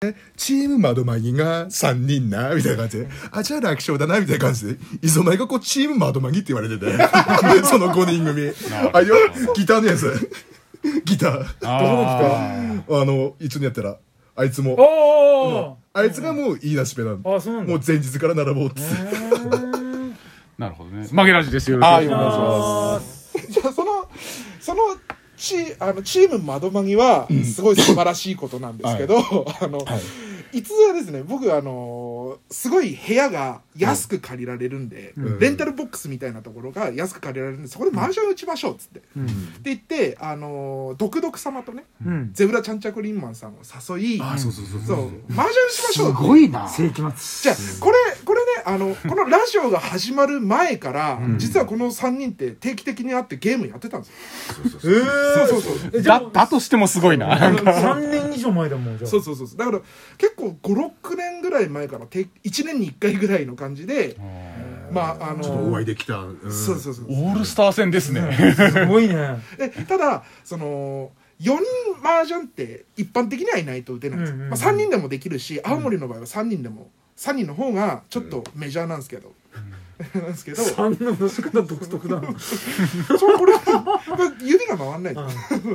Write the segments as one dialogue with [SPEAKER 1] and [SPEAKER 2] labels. [SPEAKER 1] えチーム窓マギが3人なみたいな感じであじゃあ楽勝だなみたいな感じで磯前がこうチーム窓マギって言われてて その5人組あよギターのやつギター
[SPEAKER 2] あ
[SPEAKER 1] あの一緒にやったらあいつも
[SPEAKER 3] お
[SPEAKER 1] あいつがもう言い出しっぺなの
[SPEAKER 3] おあそうなんだ
[SPEAKER 1] もう前日から並ぼうっつって
[SPEAKER 2] なるほどね曲げラジですよ
[SPEAKER 4] あー
[SPEAKER 2] よ
[SPEAKER 4] よ
[SPEAKER 2] ろしく
[SPEAKER 4] ろ
[SPEAKER 2] お願いしま
[SPEAKER 3] あー
[SPEAKER 4] じゃあそのそのチあのチーム窓まぎはすごい素晴らしいことなんですけど、 あの、い、つはですね僕あのすごい部屋が安く借りられるんで、
[SPEAKER 1] うん
[SPEAKER 4] レンタルボックスみたいなところが安く借りられるんでそこでマンション打ちましょうっつって、って言ってあのドクドク様とね
[SPEAKER 3] うん
[SPEAKER 4] ゼブラちゃんちゃくりんまんさんを誘い
[SPEAKER 1] あそうそうそう
[SPEAKER 4] そうマージャンしますしょう
[SPEAKER 2] ごいな
[SPEAKER 3] 世紀末
[SPEAKER 4] じゃあこれこれねあのこのラジオが始まる前から、実はこの3人って定期的に会ってゲームやってたんですよ
[SPEAKER 1] えー
[SPEAKER 4] そうそうそう
[SPEAKER 3] えじゃ
[SPEAKER 2] だ
[SPEAKER 3] あ
[SPEAKER 2] だとしてもすごいな
[SPEAKER 3] 3年以上前だもんじゃあ
[SPEAKER 4] そうそうそうそうだから結構56年ぐらい前から1年に1回ぐらいの感じでまああの
[SPEAKER 1] ちょっとお会いできた、うん
[SPEAKER 4] そうそうそう
[SPEAKER 2] オールスター戦ですね
[SPEAKER 3] すごいね
[SPEAKER 4] でただその4人麻雀って一般的にはいないと打てないんですよ、
[SPEAKER 3] うんうんうん
[SPEAKER 4] まあ、3人でもできるし青森の場合は3人でも3人の方がちょっとメジャーなんですけど、 なんですけどそ
[SPEAKER 3] 3の出し方独特だな
[SPEAKER 4] れこ れ指が回んないんです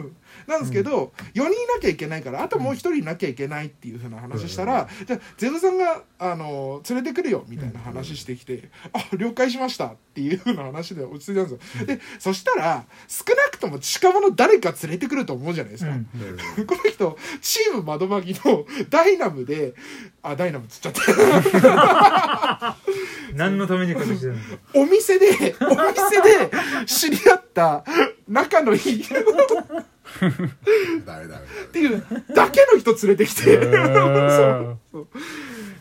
[SPEAKER 4] なんですけど、4人いなきゃいけないからあともう1人いなきゃいけないっていうふうな話したら、じゃあゼブさんがあの連れてくるよみたいな話してきて、あ了解しましたっていうふうな話で落ち着いたんですよ、でそしたら少なくとも近場の誰か連れてくると思うじゃないですか、
[SPEAKER 3] うん
[SPEAKER 4] この人チーム窓まぎのダイナムであダイナムっつっちゃった
[SPEAKER 3] 何のために隠してるのか
[SPEAKER 4] お店でお店で知り合った仲のいいっ
[SPEAKER 1] ダメダメ
[SPEAKER 4] ていうだけの人連れてきてそうそう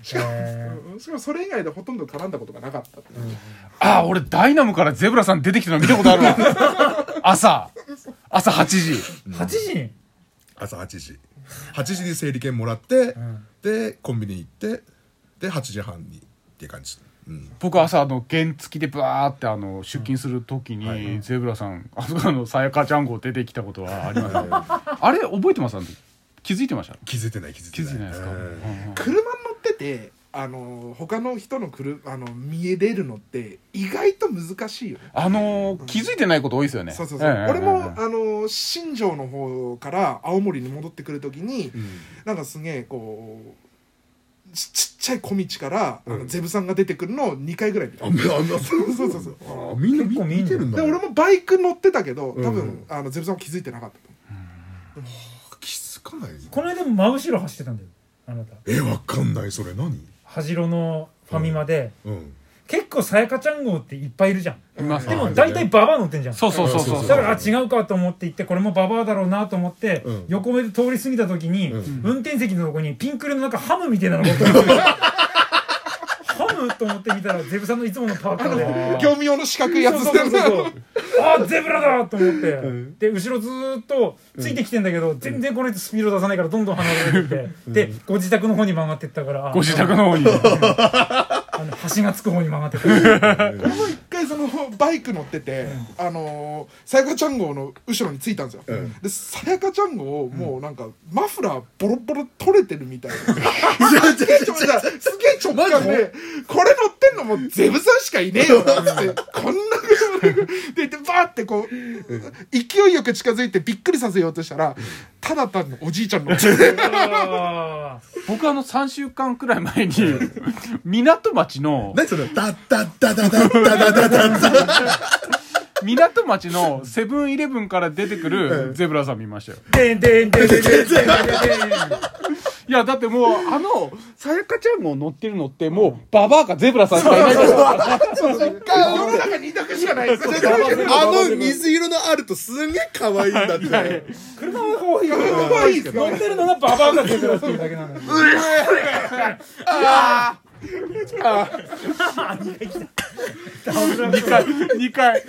[SPEAKER 4] しか
[SPEAKER 3] へ
[SPEAKER 4] もしかもそれ以外でほとんど絡んだことがなかったっていう
[SPEAKER 2] あー俺ダイナムからゼブラさん出てきたの見たことあるわ朝朝8時
[SPEAKER 3] 8時
[SPEAKER 1] 朝8時8時に整理券もらって、
[SPEAKER 3] ん
[SPEAKER 1] でコンビニ行ってで8時半にっていう感じ、うん、
[SPEAKER 2] 僕朝あの原付でバーってあの出勤するときにゼブラさんあそこのさやかちゃん号出てきたことはありますあれ覚えてますあの時気づいてました
[SPEAKER 1] 気づいてない気づい
[SPEAKER 2] 気
[SPEAKER 1] てな
[SPEAKER 2] づい
[SPEAKER 1] い
[SPEAKER 2] てないですか、うんうん
[SPEAKER 4] 車に乗っててあの他の人の車あの見えれるのって意外と難しいよね
[SPEAKER 2] あのー気づいてないこと多いですよね
[SPEAKER 4] そうそうそう、
[SPEAKER 2] ええええええ
[SPEAKER 4] 俺も、あの新庄の方から青森に戻ってくるときに、なんかすげえこうちちっちゃい小道から、あのゼブさんが出てくるのを2回ぐらい見た、
[SPEAKER 1] あんなあんなそう
[SPEAKER 4] そうそうそう
[SPEAKER 1] あみんな見
[SPEAKER 3] 結構見んの
[SPEAKER 1] 見てるんだ
[SPEAKER 4] で俺もバイク乗ってたけど多分、
[SPEAKER 1] うん
[SPEAKER 4] あのゼブさんは気づいてなかったと思
[SPEAKER 1] 気づかない
[SPEAKER 3] この間も真後ろ走ってたんだよあなた
[SPEAKER 1] えわかんないそれ何
[SPEAKER 3] 端路のファミマで、
[SPEAKER 1] うん
[SPEAKER 3] 結構さやかちゃん号っていっぱいいるじゃん
[SPEAKER 2] います
[SPEAKER 3] で
[SPEAKER 1] あ
[SPEAKER 3] も
[SPEAKER 1] ー
[SPEAKER 3] 大体ババア乗ってんじゃん
[SPEAKER 2] そうそうそうそう
[SPEAKER 1] そう
[SPEAKER 3] だからあ違うかと思って行ってこれもババアだろうなと思って、
[SPEAKER 1] うん
[SPEAKER 3] 横目で通り過ぎた時に、
[SPEAKER 1] うん
[SPEAKER 3] 運転席のとこにピンク色のなんかハムみたいなのが乗ってるハムと思って見たらゼブさんのいつものパーカーで
[SPEAKER 4] う業務用の四角いやつ
[SPEAKER 3] そうそうそうそうあーゼブラだと思って、で後ろずーっとついてきてんだけど、全然この人スピード出さないからどんどん離れてって、でご自宅の方に曲がってったから
[SPEAKER 2] ご自宅の方 に
[SPEAKER 3] あの橋がつく方に曲がってった
[SPEAKER 4] 俺も一回そのバイク乗ってて、あのーさやかちゃん号の後ろについたんですよ、
[SPEAKER 1] うん
[SPEAKER 4] でさやかちゃん号をもうなんかマフラーボロボロ取れてるみたいな、すげえ直感すげえ直感でこれ乗ってんのもうゼブさんしかいねえよなっつってこんなぐらいででバーってこう勢いよく近づいてびっくりさせようとしたらただ単のおじいちゃんの
[SPEAKER 3] あー
[SPEAKER 2] 僕あの3週間くらい前に港町の
[SPEAKER 1] 何それダッダッダダダッダダダダッダ
[SPEAKER 2] 港町のセブンイレブンから出てくるゼブラさん見ましたよ
[SPEAKER 3] でんでんでんでんでんでんでん
[SPEAKER 2] いやだってもうあのさやかちゃんも乗ってるのってもうババアかゼブラさんしかいないから
[SPEAKER 4] 世の中にいたくしかないですよ
[SPEAKER 1] あの水色のあるとすんげえ可愛いんだって
[SPEAKER 3] 車の方に
[SPEAKER 4] 可愛いですよ
[SPEAKER 3] 乗ってるのがババアがゼブラっていうだけなんだよ
[SPEAKER 2] 2回2回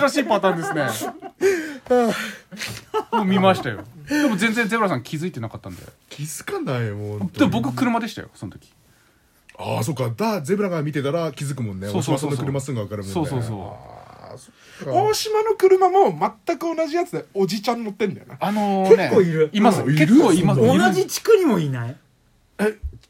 [SPEAKER 2] 珍しいパターンです ねもう見ましたよでも全然ゼブラさん気づいてなかったんで
[SPEAKER 1] 気づかないもん
[SPEAKER 2] でも僕車でしたよその時
[SPEAKER 1] ああそっかだゼブラが見てたら気づくもんね
[SPEAKER 2] そうそうそう
[SPEAKER 1] 俺はその車すぐ分かるもんね
[SPEAKER 2] そうそうそう
[SPEAKER 4] 大島の車も全く同じやつでおじちゃん乗ってんだよな
[SPEAKER 2] あのーね
[SPEAKER 3] 結構いる
[SPEAKER 2] います
[SPEAKER 1] うん
[SPEAKER 2] 結構います
[SPEAKER 1] いる
[SPEAKER 3] 同じ地区にもいない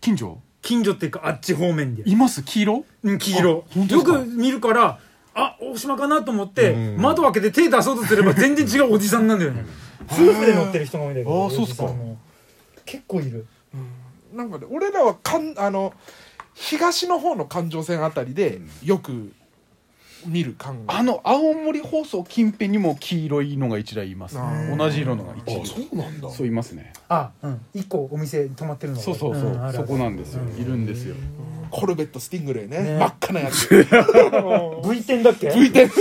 [SPEAKER 2] 近所
[SPEAKER 3] 近所っていうかあっち方面で
[SPEAKER 2] います黄色
[SPEAKER 3] うん黄色
[SPEAKER 2] あ本当で
[SPEAKER 3] よ
[SPEAKER 2] すか
[SPEAKER 3] く見るからあ大島かなと思って
[SPEAKER 1] うん
[SPEAKER 3] 窓開けて手出そうとすれば全然違うおじさんなんだよね夫婦で乗ってる人が多いんだけど
[SPEAKER 2] あーそうっすか
[SPEAKER 3] おじさんも結構いる
[SPEAKER 4] なんかね俺らはかんあの東の方の環状線あたりでよく見る感が
[SPEAKER 2] あの青森放送近辺にも黄色いのが一台います、
[SPEAKER 4] あ
[SPEAKER 2] 同じ色のが一台
[SPEAKER 1] そうなんだ
[SPEAKER 2] そういますね
[SPEAKER 3] あうん一個お店に泊まってるのが
[SPEAKER 2] そうそうそう、
[SPEAKER 3] んあるあ
[SPEAKER 2] そ
[SPEAKER 3] る
[SPEAKER 2] こなんですよ、いるんですよ
[SPEAKER 4] コルベットスティングレーね
[SPEAKER 3] ね
[SPEAKER 4] 真っ赤な やつ
[SPEAKER 3] V 点だっけ
[SPEAKER 4] 浮いてる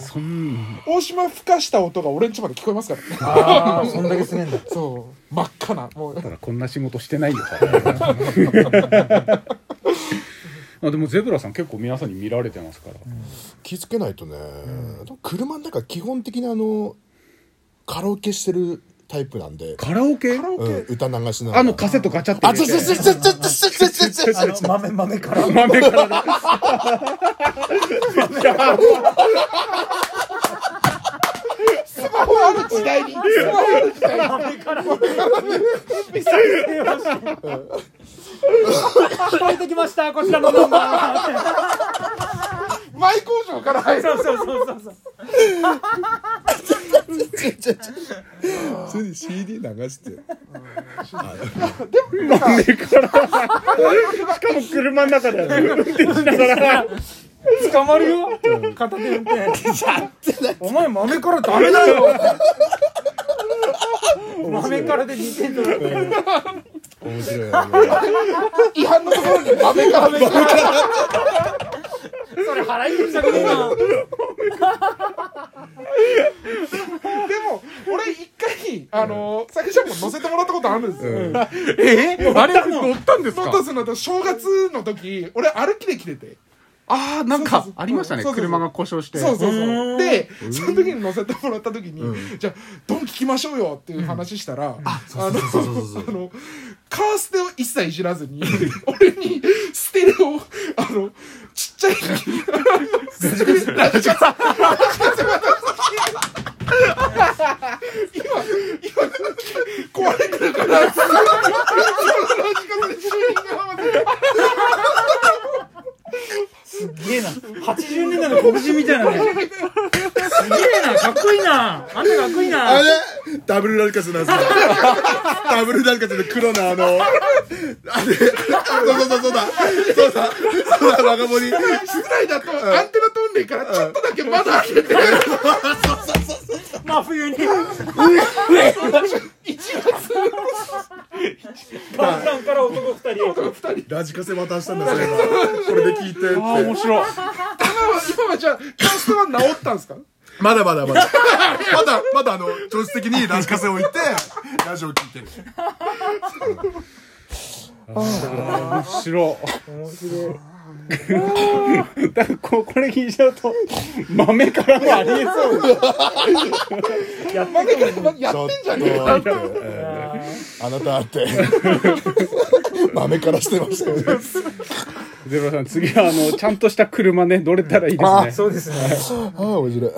[SPEAKER 2] そん
[SPEAKER 4] 大島ふかした音が俺んちまで聞こえますからね
[SPEAKER 3] ああそんだけすねえんだ
[SPEAKER 4] そう真っ赤なもう
[SPEAKER 2] だからこんな仕事してないよあでもゼブラさん結構皆さんに見られてますから、
[SPEAKER 1] 気付けないとね、車の中基本的にあのカラオケしてるタイプなんで、
[SPEAKER 2] カラオケ
[SPEAKER 4] カラオケ、
[SPEAKER 1] うん、歌流しながら
[SPEAKER 2] あのカセットガチャって
[SPEAKER 1] あ
[SPEAKER 2] 入
[SPEAKER 1] ち
[SPEAKER 2] れ
[SPEAKER 1] ょ
[SPEAKER 2] て
[SPEAKER 1] ちょちょちょちょちょちょちょちょちょ
[SPEAKER 3] あの豆豆から
[SPEAKER 2] 豆からだ
[SPEAKER 4] スマホある時代にスマホある時代に
[SPEAKER 3] 豆から見させてほしい聞こえてきましたこちらのナンバー
[SPEAKER 4] マイ工場から入る
[SPEAKER 3] そうそうそうそうそう
[SPEAKER 1] 普通に CD 流して
[SPEAKER 2] 豆からしかも車の中で
[SPEAKER 3] 捕まるよ片手運転お前豆からダメだよ豆からで2点取る
[SPEAKER 1] 面白いな
[SPEAKER 4] 違反のところに豆が豆が
[SPEAKER 3] それ払い込みしたくねえな
[SPEAKER 4] でも俺一回あの作者も乗せてもらったことあるんですよ、
[SPEAKER 2] えあれ乗ったんです
[SPEAKER 4] そうそうそう正月の時俺歩きで来てて
[SPEAKER 2] ああなん
[SPEAKER 4] そう
[SPEAKER 2] か
[SPEAKER 4] そうそう
[SPEAKER 2] ありましたね
[SPEAKER 4] そうそうそう
[SPEAKER 2] 車が故障して
[SPEAKER 4] そうそう
[SPEAKER 3] う
[SPEAKER 4] そ
[SPEAKER 3] ん
[SPEAKER 4] うでその時に乗せてもらった時に、じゃあドン聞きましょうよっていう話したら、あの あのカーステを一切いじらずに 俺にステレオあのちっちゃいラ ジカセラジカセ今今壊れてるからそのラジカセで修理に合わせて
[SPEAKER 3] すっげえな80年代の黒人みたいなねすげえなかっこいいなあんたかっこいいな
[SPEAKER 1] あれダブルラルカスなん ですよダブルラルカスの黒のあのあれそうそうそうそうだそうだそうだ若者に
[SPEAKER 4] 室内だとアンテナトンレイからちょっとだけまだ開けて
[SPEAKER 3] 真冬にガンさんから男2人
[SPEAKER 1] ラジカセ渡したんだそれがこれで聞いて
[SPEAKER 2] ああ面白い
[SPEAKER 4] 今は今はじゃあカーストは治ったんですか
[SPEAKER 1] まだまだまだまだまだあの調子的にラジカセ置いてラジオ聞いてる
[SPEAKER 2] 面白いだからここれ聞いちゃうと豆からもありえそう
[SPEAKER 3] やっ
[SPEAKER 4] マネカルやってんじゃねえか
[SPEAKER 1] ちょっとえーあなたって豆からしてましたよね
[SPEAKER 2] ゼブラさん次はあのちゃんとした車ね乗れたらいいですね
[SPEAKER 3] そうですね
[SPEAKER 1] ああ面白い